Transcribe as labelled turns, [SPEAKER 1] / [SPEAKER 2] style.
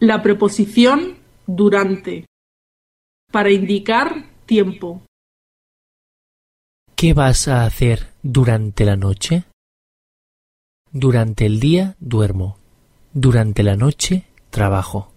[SPEAKER 1] La preposición "durante" para indicar tiempo.
[SPEAKER 2] ¿Qué vas a hacer durante la noche? Durante el día duermo. Durante la noche trabajo.